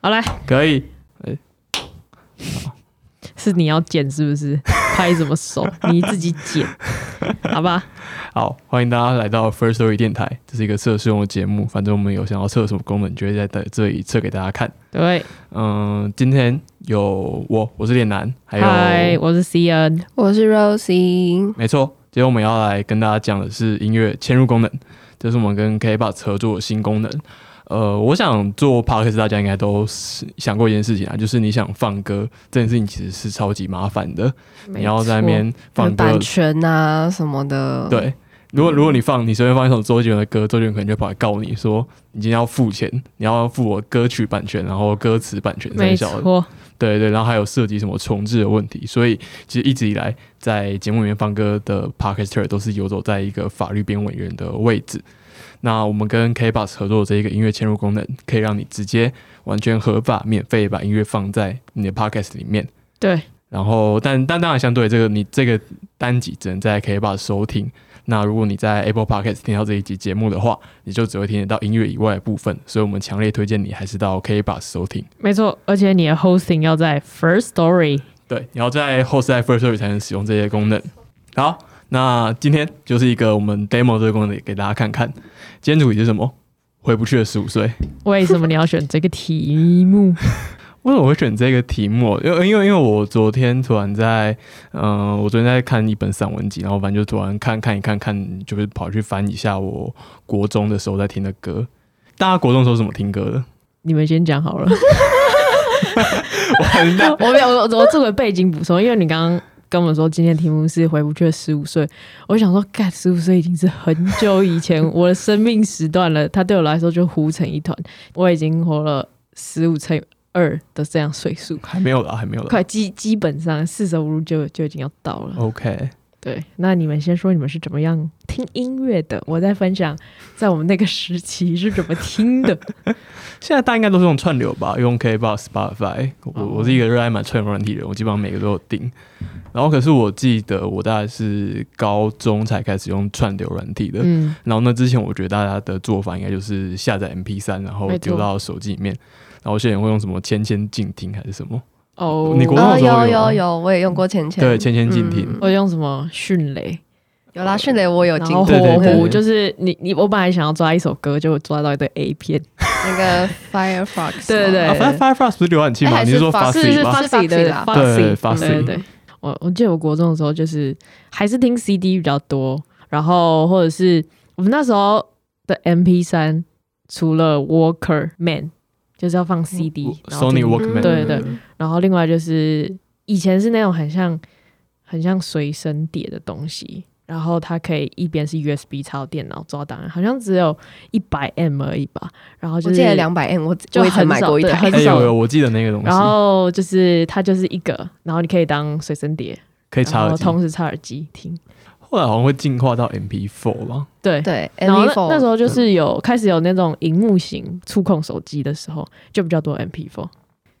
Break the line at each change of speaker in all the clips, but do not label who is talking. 好来，
可以，
是你要剪是不 是？拍什么手？你自己剪，好吧？
好，欢迎大家来到 First Story 电台，这是一个测试用的节目。反正我们有想要测什么功能，就会在在这里测给大家看。
对，
嗯，今天有我，我是脸男，还
嗨，
有
我是 C N，
我是 Rosie，
没错，今天我们要来跟大家讲的是音乐嵌入功能，这是我们跟 KBox 合作的新功能。呃，我想做 podcast，大家应该都是想过一件事情啊，就是你想放歌这件事情其实是超级麻烦的，你要在那边放歌
版权啊什么
嗯
的，，
对，如果如果你放你随便放一首周杰伦的歌，周杰伦可能就跑来告你说你今天要付钱，你要付我歌曲版权，然后歌词版权
没
三小的，
错，
对对，然后还有涉及什么重置的问题，所以其实一直以来在节目里面放歌的 podcaster 都是游走在一个法律边委员的位置。那我们跟 KBox 合作的这一个音乐嵌入功能，可以让你直接完全合法、免费把音乐放在你的 podcast 里面。
对，
然后，但但当然，相对这个你这个单集只能在 KBox 收听。那如果你在 Apple Podcast 听到这一集节目的话，你就只会听得到音乐以外的部分，所以我们强烈推荐你还是到 KBox 收听。
没错，而且你的 hosting 要在 First Story。
对，你要在后世代 First Story 才能使用这些功能。好，那今天就是一个我们 demo 这个功能给大家看看。今天主题是什么？回不去的十五岁。
为什么你要选这个题目？
为什么我会选这个题目？因为因为因为我昨天突然在，嗯、我昨天在看一本散文集，然后反正就突然看看一看看，就是跑去翻一下我国中的时候在听的歌。大家国中的时候怎么听歌的？
你们先讲好了。
完蛋，
我没有，我我作为背景补充，因为你刚刚跟我们说今天题目是回不去的十五岁，我想说，干十五岁已经是很久以前我的生命时段了，它对我来说就糊成一团。我已经活了十五乘以二的这样岁数，
还没有啦，还没有啦。
快基基本上四舍五入就就已经要到
哦
了。
OK，
对，那你们先说你们是怎么样听音乐的，我再分享在我们那个时期是怎么听 的。
现在大家应该都是用串流吧，用 KBox、Spotify。我
哦
我是一个热爱买串流软体的人，我基本上每个都有订。然后可是我记得我大概是高中才开始用串流软体的，
嗯，
然后那之前我觉得大家的做法应该就是下载 MP 3然后
没错
丢到手机里面，然后现在也会用什么千千静听还是什么？
哦，
你国中
哦
的时候有吗
有
啊
有有，我也用过浅浅，
对，千千静听。
嗯
我用什么迅雷？
有啦，迅雷我有
然
经
后
过
对对
火
对
狐就是你你我本来想要抓一首歌，结果抓到一堆 A 片，
那个 Firefox，
对对对
啊，反正 Firefox 不是浏览器
哎
吗？
还
你
是
说
Foxy，
是
Foxy
是 Foxy
吗？
是
的
Foxy 啦
Foxy，
对，Foxy
对对对。我我记得我国中的时候就是还是听 CD 比较多，然后或者是我们那时候的 MP 三，除了 Walker Man 就是要放 CD，、然后
哦 Sony
听
Walkman，
对对然后另外就是以前是那种很像很像随身碟的东西，然后它可以一边是 USB 插到电脑抓档案，好像只有一百 M 而已吧。然后就
我
是
记得两百 M，我
就
我也曾买过一
很少
台
对，
哎
很少
有有，我记得那个东西
然，后就是它就是一个，然后你可以当随身碟，
可以插
然
耳
后
机。
同时插耳机听。
后来好像会进化到 MP4 吧？
对。
对
哎
然后那
，MV4
那时候就是有开始有那种荧幕型触控手机的时候，就比较多 MP4。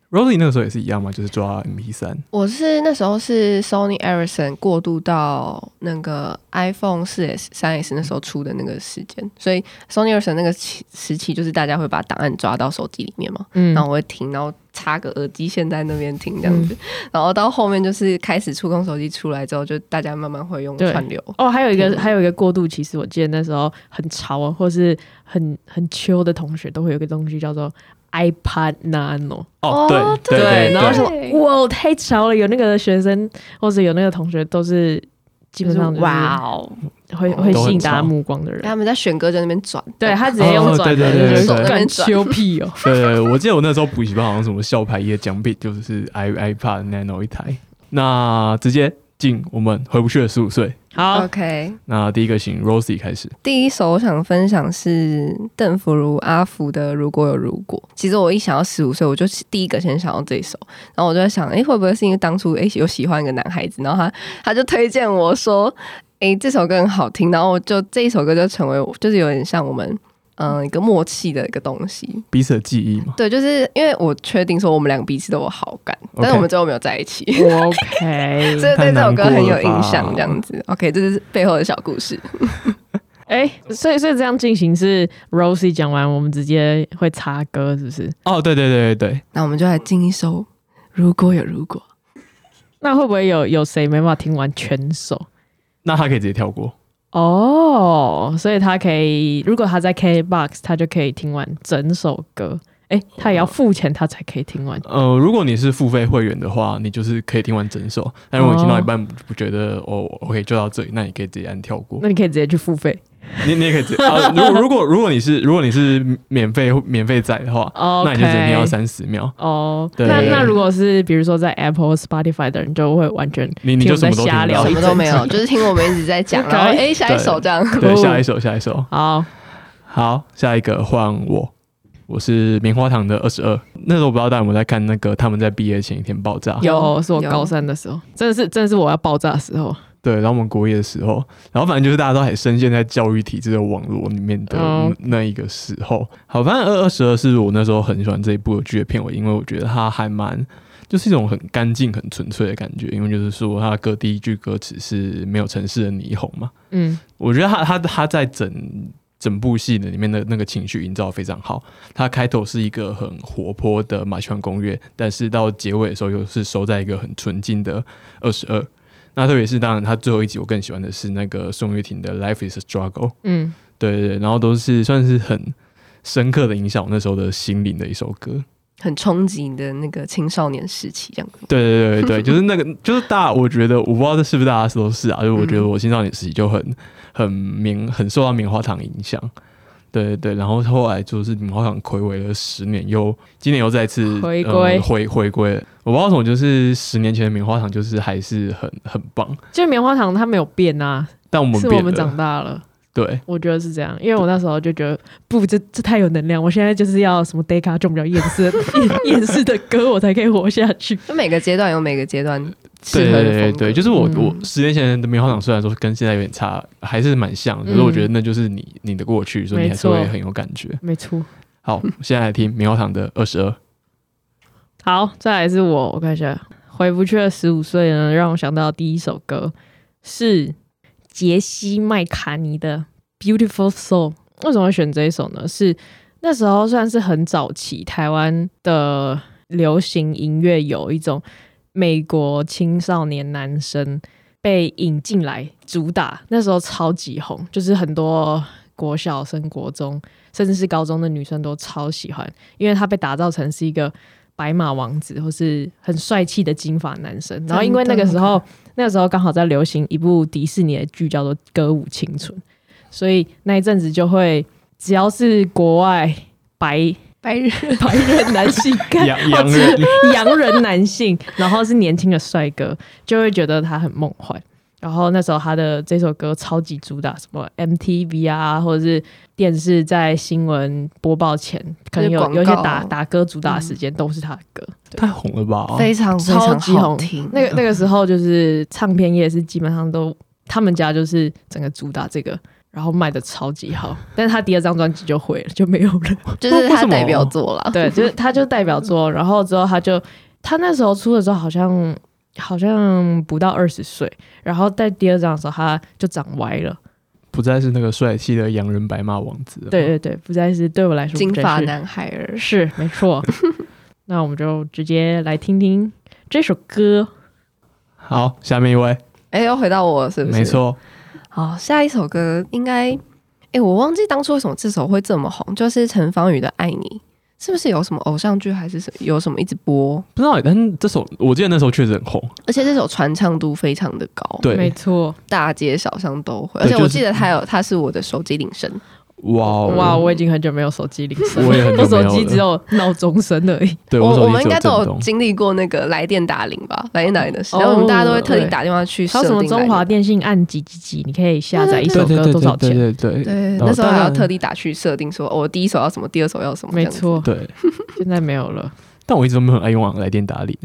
Rosie 那个时候也是一样嘛，就是抓 MP 3
我是那时候是 Sony Ericsson 过渡到那个 iPhone 四 S、三 S 那时候出的那个时间，所以 Sony Ericsson 那个期时期就是大家会把档案抓到手机里面嘛，
嗯
然后我会听，然后插个耳机线在那边听这样子，
嗯
然后到后面就是开始触控手机出来之后，就大家慢慢会用
对
串流，
哦，还有一个
嗯
还有一个过渡期，其实我记得那时候很潮啊，或是很很秋的同学都会有一个东西叫做 iPad Nano，
哦，
哦
对对，
然后
是
什
对
对
么哇太潮了，有那个学生或者有那个同学都是基本上
就
就是
哇哦，
是会会
都很
吸引大家
潮
目光的人，
他们在选歌在那边转，
对他直接用
哦
转
对
的，
对对
就是
对对
干
对
秋屁哦，
对对，我记得我那时候补习班好像什么校牌一的奖品就是 i iPad Nano 一台。那直接进我们回不去的十五岁。
好
OK，
那第一个请 Rosie 开始。
第一首我想分享是邓福如阿福的《如果有如果》。其实我一想到十五岁，我就第一个先想到这一首，然后我就在想，诶，会不会是因为当初诶有 喜欢一个男孩子，然后他他就推荐我说，诶，这首歌很好听，然后我就这一首歌就成为我就是有点像我们嗯、呃一个默契的一个东西。
彼此的记忆嘛。
对，就是因为我确定说我们两个彼此都有好感，但是
OK
我们最后没有在一起。
，OK，
所以对这首歌很有
太难
印
过了
象，
吧
这样子。OK，这是背后的小故事。
哎、所以所以这样进行是 Rosie 讲完，我们直接会插歌，是不是？
哦，对对对对对，
那我们就来进一首《如果有如果》。
那会不会有有谁没办法听完全首？
那他可以直接跳过。
哦、所以他可以，如果他在 KBox，他就可以听完整首歌。哎、他也要付钱，他才可以听完。
呃，如果你是付费会员的话，你就是可以听完整首。但如果你听到一半不觉得哦，OK 就到这里，那你可以直接按跳过。
那你可以直接去付费。
你你也可以直接啊。如果如果如果你是如果你是免费免费仔的话
OK
那你就只能听到三十秒。
哦、
对
那那如果是比如说在 Apple、Spotify 的人，就会完全
你你
听
就
我们
什么都
在瞎
听
聊
到
什
一
么
整
都没有，
集。
就是听我们一直 在讲，然后哎、
OK
诶下一首这样。
对，
Cool
下一首，下一首，
好，
好，下一个换我。我是棉花糖的二十二，那时候我不知道大家有没有在看那个他们在毕业前一天爆炸，
有是我
有
高三的时候，真的是真的是我要爆炸的时候。
对，然后我们国一的时候，然后反正就是大家都很深陷在教育体制的网络里面的
嗯
那一个时候。好，反正二二十二是我那时候很喜欢这一部的剧的片尾，因为我觉得它还蛮。就是一种很干净、很纯粹的感觉，因为就是说，它各第一句歌词是没有城市的霓虹嘛。
嗯，
我觉得他他他在整整部戏的里面的那个情绪营造得非常好。他开头是一个很活泼的马戏团攻略，但是到结尾的时候又是收在一个很纯净的二十二。那特别是当然，他最后一集我更喜欢的是那个宋岳庭的《Life Is a Struggle》，
嗯，
对对对，然后都是算是很深刻的影响我那时候的心灵的一首歌。
很冲击你的那个青少年时期，这样
对对对对，就是那个，就是大，我觉得我不知道这是不是大家都是啊，就是我觉得我青少年时期就很很棉，很受到棉花糖影响。对对对，然后后来就是棉花糖暌违了十年又，今年又再次
回归
呃回回归了。我不知道为什么，就是十年前的棉花糖就是还是很很棒，
就棉花糖它没有变啊，
但我们
是
变了。
我们长大了。
对
我觉得是这样，因为我那时候就觉得不，这这太有能量，我现在就是要什么 d e c a 这种比较厌世的 厌厌世的歌，我才可以活下去。
就每个阶段有每个阶段适
对
合
对
的
对
风格
对，。就是我、我
嗯
十年前的棉花糖虽然说跟现在有点差，还是蛮像的，可是我觉得那就是你你的过去，所以你还是
没
会
错
很有感觉。
没错，
好，现在来听棉花糖的二十二。
好，再来是我，我看一下，回不去的十五岁呢，让我想到第一首歌是杰西麦卡尼的《Beautiful Soul》。为什么会选这一首呢？是那时候算是很早期台湾的流行音乐有一种美国青少年男生被引进来主打，那时候超级红，就是很多国小生、国中甚至是高中的女生都超喜欢，因为他被打造成是一个白马王子或是很帅气的金发男生。然后因为那个时候，那个时候刚好在流行一部迪士尼的剧叫做《歌舞青春》，所以那一阵子就会只要是国外白
白人
白人男性干
洋洋人，
洋人男性，然后是年轻的帅哥，就会觉得他很梦幻。然后那时候他的这首歌超级主打，什么 MTV 啊，或者是电视在新闻播报前，可能有
广告
有一些打打歌主打时间都是他的歌。
太红了吧？啊
非常非
超
常
级
好
红
听，
嗯那个那个时候就是唱片业是基本上都他们家就是整个主打这个，然后卖的超级好。但是他第二张专辑就毁了，就没有了。
就是
为
他
什么
代表 作了。
对，就是他就代表作，然后之后他就他那时候出的时候好像好像不到二十岁，然后在第二张的时候他就长歪了，
不再是那个帅气的洋人白马王子了。
对对对，不再是对我来说
金
不再
发
是
男孩儿，
是没错。那我们就直接来听听这首歌，
好，下面一位，
哎、又回到我了是不是？
没。错，
好，下一首歌应该，哎、我忘记当初为什么这首会这么红，就是陈芳宇的《爱你》，是不是有什么偶像剧还是什有什么一直播？
不知道，但是这首我记得那时候确实很红，
而且这首传唱度非常的高，
没
对，
错。
大街小巷都会。而
对
且我
就是
记得他有，他是我的手机铃声，
哇哦
哇，，我已经很久没有手机铃声了，
我也很久
手
没有
机
了
只有闹钟声而已。
对
我
手
我
机
们应
只
该
有
都
震
有
动，
经历过那个来电打铃吧，来电打铃的时
哦
候，然后我们大家都会特地
对
打电话去设
还有什么
定
中
来
华
电。
电信按几几几，你可以下载一首
对对
歌
对
多少
对
钱？
对对对
对，
哦
那时候还要
当然
特地打去设定说，哦我第一首要什么，第二首要什么，这
没
样子。
错，
对。
现在没有了。
但我一直都没有很爱用往来电打理，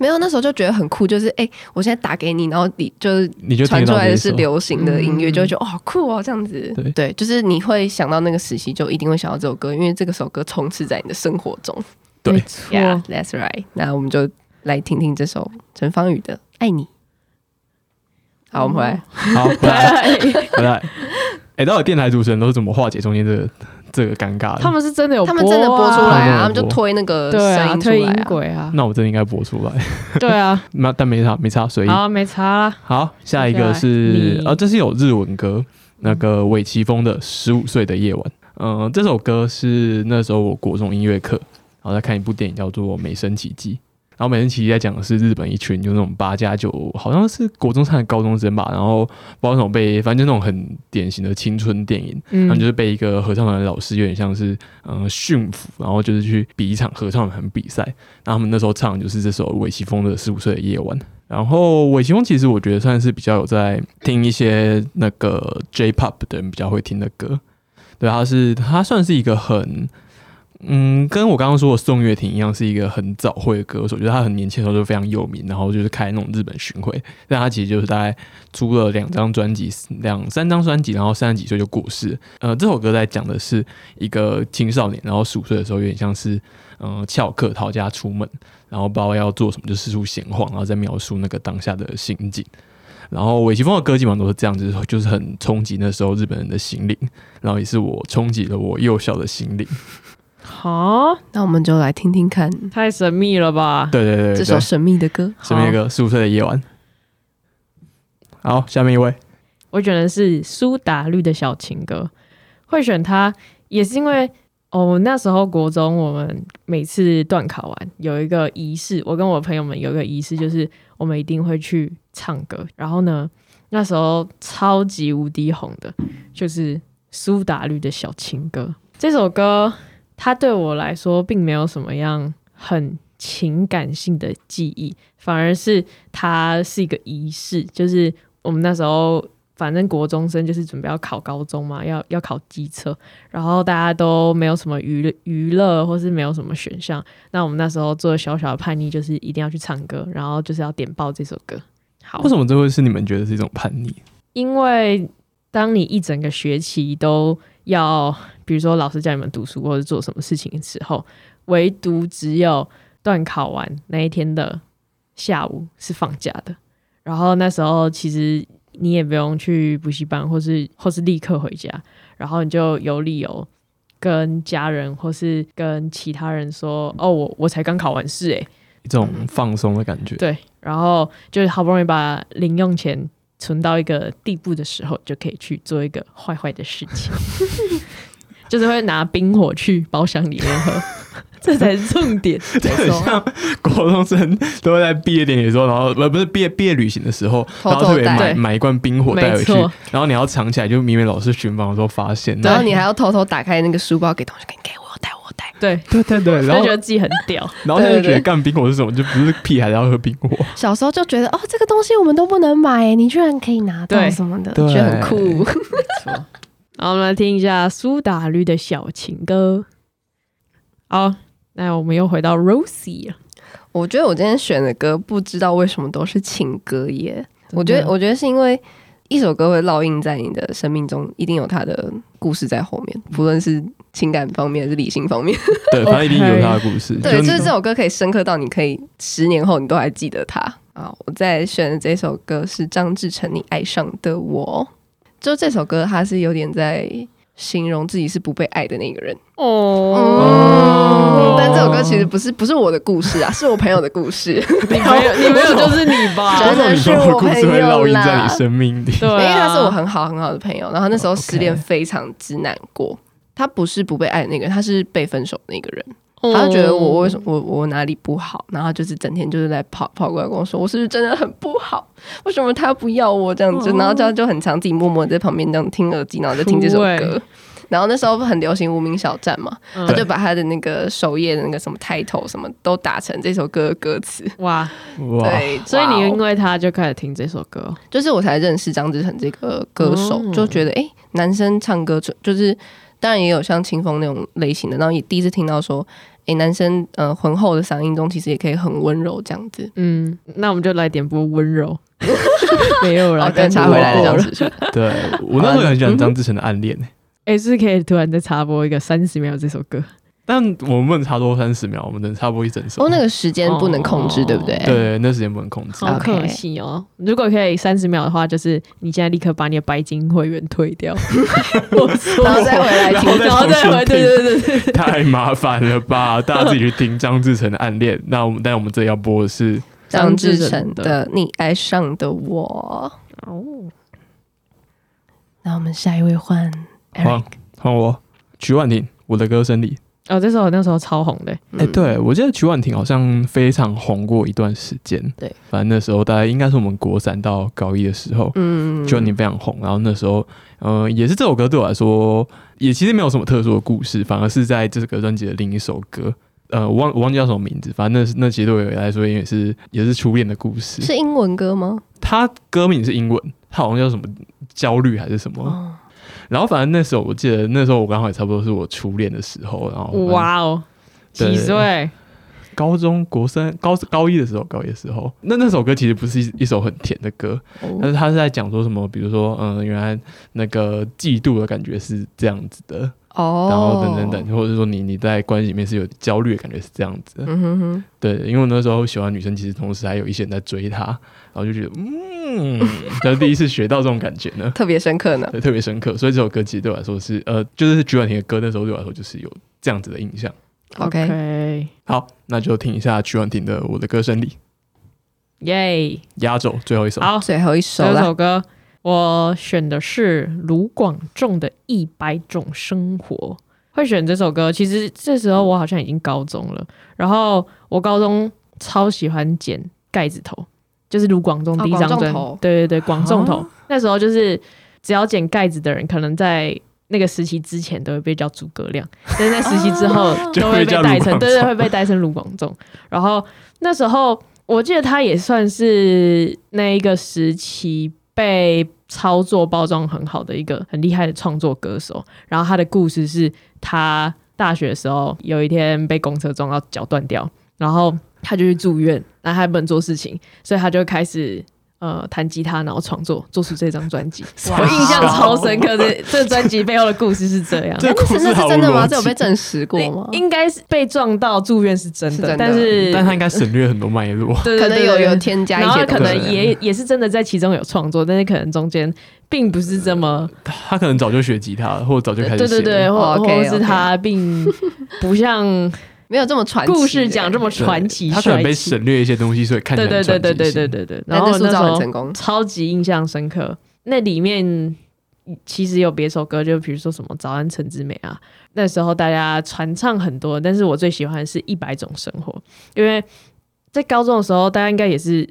没有，那时候就觉得很酷，就是哎、我现在打给你，然后你就是
你就
传
听
出
到
来
这
的
一
是
首。
流行的音乐，
嗯
就会觉得哦，好酷哦，这样子。
对
就是你会想到那个时期，就一定会想到这首歌，因为这个首歌充斥在你的生活中。
对
没错。
Yeah，that's right。那我们就来听听这首陈芳宇的 《爱你》。好，我们回来。
哎
好，回来回来，哎、到底电台主持人都是怎么化解中间这个这个尴
啊
尬的？
他们是真的有、
他们真的播出来啊，他
他
们
们
就
有播
推那个
啊对
声
啊，
音出
推
来
音
啊。
轨啊，
那我真的应该播出来，
对啊，
那但没差没差，随意。
好没差啦。
好，下一
接下
个
来
是
你
啊，这是有日文歌，那个尾崎峰的《十五岁的夜晚》。嗯、这首歌是那时候我国中音乐课，然后在看一部电影叫做《美声奇迹》，然后《美声奇迹》在讲的是日本一群就那种八加九，好像是国中生还是高中生吧，然后不知道那种被，反正就那种很典型的青春电影，他们就
嗯，
是被一个合唱团的老师有点像是嗯、呃驯服，然后就是去比一场合唱团比赛。那他们那时候唱的就是这首韦奇峰的《十五岁的夜晚》。然后韦奇峰其实我觉得算是比较有在听一些那个 J-pop 的人比较会听的歌，对，他是他算是一个很。嗯，跟我刚刚说的宋岳庭一样，是一个很早会的歌手。就是他很年轻的时候就非常有名，然后就是开那种日本巡回。但他其实就是大概出了两张专辑，两三张专辑，然后三十几岁就过世了呃，这首歌在讲的是一个青少年，然后十五岁的时候有点像是嗯、呃翘课逃家出门，然后不知道要做什么就四处闲晃，然后再描述那个当下的心境。然后尾崎峰的歌基本上都是这样，就是就是很冲击那时候日本人的心灵，然后也是我冲击了我幼小的心灵。
好，
那我们就来听听看
太神秘了吧？
对对对
这
对
首
对，
神秘的歌。
什么一个十五岁的夜晚。好，下面一位，
我选的是苏打绿的小情歌，会选它也是因为哦，那时候国中我们每次段考完有一个仪式，我跟我朋友们有一个仪式，就是我们一定会去唱歌。然后呢，那时候超级无敌红的就是苏打绿的小情歌这首歌，它对我来说并没有什么样很。情感性的记忆，反而是它是一个仪式，就是我们那时候反正国中生就是准备要考高中嘛，要要考机测，然后大家都没有什么娱乐娱乐，或是没有什么选项。那我们那时候做小小的叛逆，就是一定要去唱歌，然后就是要点爆这首歌。好
为，什么这会是你们觉得是一种叛逆？
因为当你一整个学期都要，比如说老师叫你们读书或者做什么事情的时候，唯独只有段考完那一天的下午是放假的。然后那时候其实你也不用去补习班，或是或是立刻回家，然后你就有理由跟家人或是跟其他人说：“哦，我我才刚考完试诶、欸
一种放松的感觉。
对，然后就是好不容易把零用钱存到一个地步的时候，就可以去做一个坏坏的事情， 就是会拿冰火去包厢里面喝， 这才是重点。
这很像国中生都会在毕业典礼的时候，然后呃不是毕业毕业旅行的时候，
偷
然后特别
偷带
买
对
买一罐冰火带回去
没错，
然后你要藏起来，就明明老师巡房的时候发现。
然
那
后你还要偷偷打开那个书包给同学看，给我带我带。
对，
对对对，
就
然后
觉得自己很屌。
然后他
对
就
对
觉得
对
干冰火是什么，就不是屁孩要喝冰火，
小时候就觉得哦，这个东西我们都不能买，你居然可以拿到
对
什么的，
对
觉得很酷。
好，我们来听一下苏打绿的小情歌。好，那我们又回到 Rosie 了。
我觉得我今天选的歌，不知道为什么都是情歌耶。我觉得，我觉得是因为一首歌会烙印在你的生命中，一定有它的故事在后面，不论是情感方面还是理性方面。
对，反正一定有他的故事。
对，就
你
是这首歌可以深刻到你可以十年后你都还记得它啊！我在选的这首歌是张志成《你爱上的我》，就这首歌它是有点在形容自己是不被爱的那个人。
哦
嗯，但这首歌其实不是不是我的故事啊，是我朋友的故事。
你
哦
没有，你没有就是你吧？
为什么你说的故事会烙印在你生命里？
对、啊，哦
因为他是我很好很好的朋友，然后那时候失恋
OK
非常之难过。他不是不被爱的那个人，他是被分手的那个人。
哦
他就觉得我为什么我我哪里不好，然后就是整天就是来跑跑过来跟我说，我是不是真的很不好？为什么他不要我这样子？
哦
然后他就很常自己默默地在旁边这样听耳机，然后就听这首
哭欸
歌。然后那时候很流行无名小站嘛，
嗯
他就把他的那个首页的那个什么 title 什么都打成这首歌的歌词。
哇，
哦
哇，
对，
所以你
哇哦
因为他就开始听这首歌哦，
就是我才认识张志成这个歌手，
哦
就觉得诶，男生唱歌就就是当然也有像清风那种类型的，然后也第一次听到说，诶，男生呃浑厚的嗓音中其实也可以很温柔这样子。
嗯，那我们就来点播温柔， 没有啦，
哦，
刚刚
等插回来了
过
这
了
样。子是吧，
对我那时候也很喜欢张志成的《暗恋》欸
哎、是不是可以突然再插播一个三十秒这首歌，
但我们不能差多三十秒，我们能差不多一整首。
哦，那个时间不能控制，
哦
对不对？
对，那时间不能控制。
好可惜哦！如果可以三十秒的话，就是你现在立刻把你的白金会员退 掉，我说
然 后再回来
然
听
后再
然后再
重
回，
新
对
听
对对对，
太麻烦了吧！大家自己去听张志成的《暗恋》。那我们，但我们这里要播的是，
张
张
志
智
成
成
的
的
《你爱上的我》。
哦，
那我们下一位换 Eric，
换换我，曲婉婷，《我的歌声里》
哦，这首我那时候超红的，
嗯
哎、对，我记得曲婉婷好像非常红过一段时间。
对，
反正那时候大概应该是我们国三到高一的时候，
嗯，
曲婉婷非常红。然后那时候，呃，也是这首歌对我来说，也其实没有什么特殊的故事，反而是在这个专辑的另一首歌，呃，我忘我忘记叫什么名字，反正那那其实对我来说也是也是初恋的故事。
是英文歌吗？
他歌名是英文，他好像叫什么焦虑还是什么。
哦，
然后反正那时候我记得那时候我刚好也差不多是我初恋的时候，然后反正
哇哦，
对
几岁？
高中国三高高一的时候，高一的时候，那那首歌其实不是一一首很甜的歌，
哦
但是他是在讲说什么，比如说，嗯，原来那个嫉妒的感觉是这样子的，
哦，
然后等等，等，或者说你你在关系里面是有焦虑的感觉是这样子的，
嗯哼哼，
对，因为我那时候喜欢女生，其实同时还有一些人在追她，然后就觉得， 嗯，这是第一次学到这种感觉呢。
特别深刻呢。
对，特别深刻，所以这首歌其实对我来说是，呃，就是曲婉婷的歌，那时候对我来说就是有这样子的印象。
OK，
好，那就听一下曲婉婷的《我的歌声里》。
耶，
压轴最后一首。
好，
最后一首
这
啦，
首歌我选的是卢广仲的《一百种生活》。会选这首歌，其实这时候我好像已经高中了。然后我高中超喜欢剪盖子头，就是卢广仲第一张
哦广
专
仲头
对对对，广仲头。那时候就是只要剪盖子的人，可能在那个时期之前都会被叫诸葛亮， 但是在时期之后
哦就
都
被
会被
叫
带成，
卢广
对对，
仲
会被带成卢广仲。然后那时候我记得他也算是那一个时期被操作包装很好的一个很厉害的创作歌手。然后他的故事是他大学的时候有一天被公车撞到脚断掉，然后他就去住院，然后他还不能做事情，所以他就开始。呃，弹吉他，然后创作，做出这张专辑，
哇
我印象超深刻。这这专辑背后的故事是这样，
这
哎那
故
是
事
那
好
是
无
真的
逻
吗？
辑
这有被证实过吗？
应该是被撞到住院是真的，
是真的
但是
但他应该省略很多脉络。
对对
可能有
对对
有添加一
然后
些东
可
西，
能
对
也也是真的在其中有创作，但是可能中间并不是这么
他可能早就学吉他了，或者早就开
对
始写
对
了。
对，或
哦
或
，OK，
者是他并不像
没有这么传奇哎
故事讲这么传奇
他可能
帅
被
气
省。略一些东西，所以看
对
起来
对对
很传
对对
奇
对
性
对对，
但
然后
是塑
那时
造很
候
成功。
超级印象深刻。那里面其实有别首歌，就比如说什么《早安陈之美》啊，那时候大家传唱很多，但是我最喜欢的是一百种生活，因为在高中的时候，大家应该也是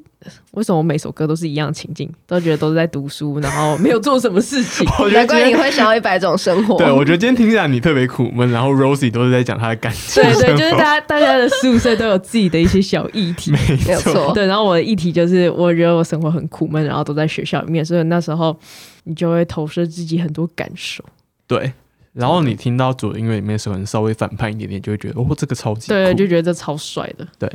为什么我每首歌都是一样的情境，都觉得都是在读书，然后没有做什么事 情。
我觉
难
得今
怪你
天，
会想要一百种生活。
对我觉得今天听起来你特别苦闷，然后 Rosie 都是在讲她的感情
对
生活。
对，就是大家大家的十五岁都有自己的一些小议题，
没
没
有
错。
错。
对，然后我的议题就是，我觉得我生活很苦闷，然后都在学校里面，所以那时候你就会投射自己很多感受。
对，然后你听到主音乐里面的时候，可能稍微反叛一点点，就会觉得哦，这个超级
对，
酷
就觉得这超帅的。
对，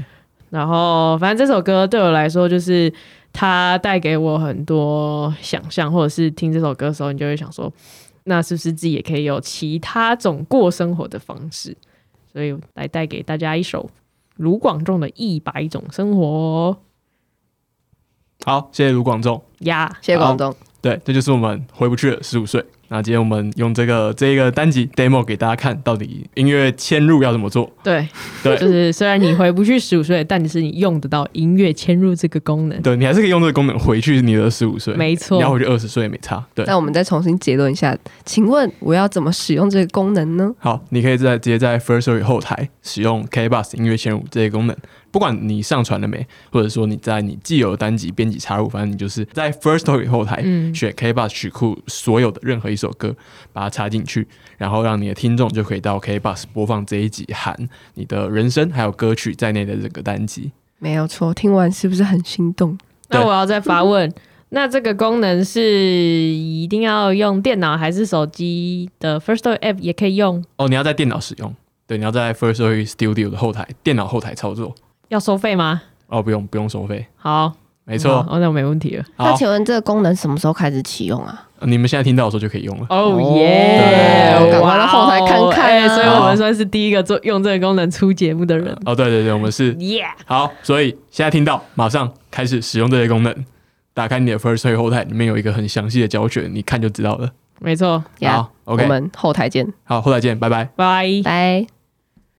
然后反正这首歌对我来说，就是它带给我很多想象，或者是听这首歌的时候，你就会想说，那是不是自己也可以有其他种过生活的方式？所以来带给大家一首卢广仲的《一百种生活
好，谢谢卢广仲。》
呀。
谢谢广东，
对，这就是我们回不去了十五岁。那今天我们用这个这一个单集 demo 给大家看，到底音乐嵌入要怎么做？
对，
对
就是虽然你回不去十五岁，但你是你用得到音乐嵌入这个功能。
对你还是可以用这个功能回去你的十五岁，
没错
你要回去二十岁也没差。对，
那我们再重新结论一下，请问我要怎么使用这个功能呢？
好，你可以在直接在 First Story 后台使用 KBox 音乐嵌入这些功能，不管你上传了没，或者说你在你既有的单集编辑插入，反正你就是在 First Story 后台
嗯
选 KBox 曲库所有的任何一首歌，把它插进去，然后让你的听众就可以到 KBox 播放这一集含你的人声还有歌曲在内的这个单集。
没有错，听完是不是很心动？
那
对
我要再发问， 那这个功能是一定要用电脑还是手机的 First Story App 也可以用？
哦，你要在电脑使用，对，你要在 First Story Studio 的后台电脑后台操作。
要收费吗？
哦，不用不用收费，
好，
没错。
哦，那我没问题了。
好
嗯那，请问这个功能什么时候开始启用啊？
你们现在听到的时候就可以用了。
哦耶！哇哦
对
赶快到后台看看啊
哎所以我们算是第一个做用这个功能出节目的人。
哦，对对对，我们是
耶！
嗯
好，所以现在听到，马上开始使用这些功能。打开你的 First Story 后台，里面有一个很详细的教学，你看就知道了。
没错，
呀
好，OK，
我们后台见，
好，后台见，拜拜。
拜。
拜。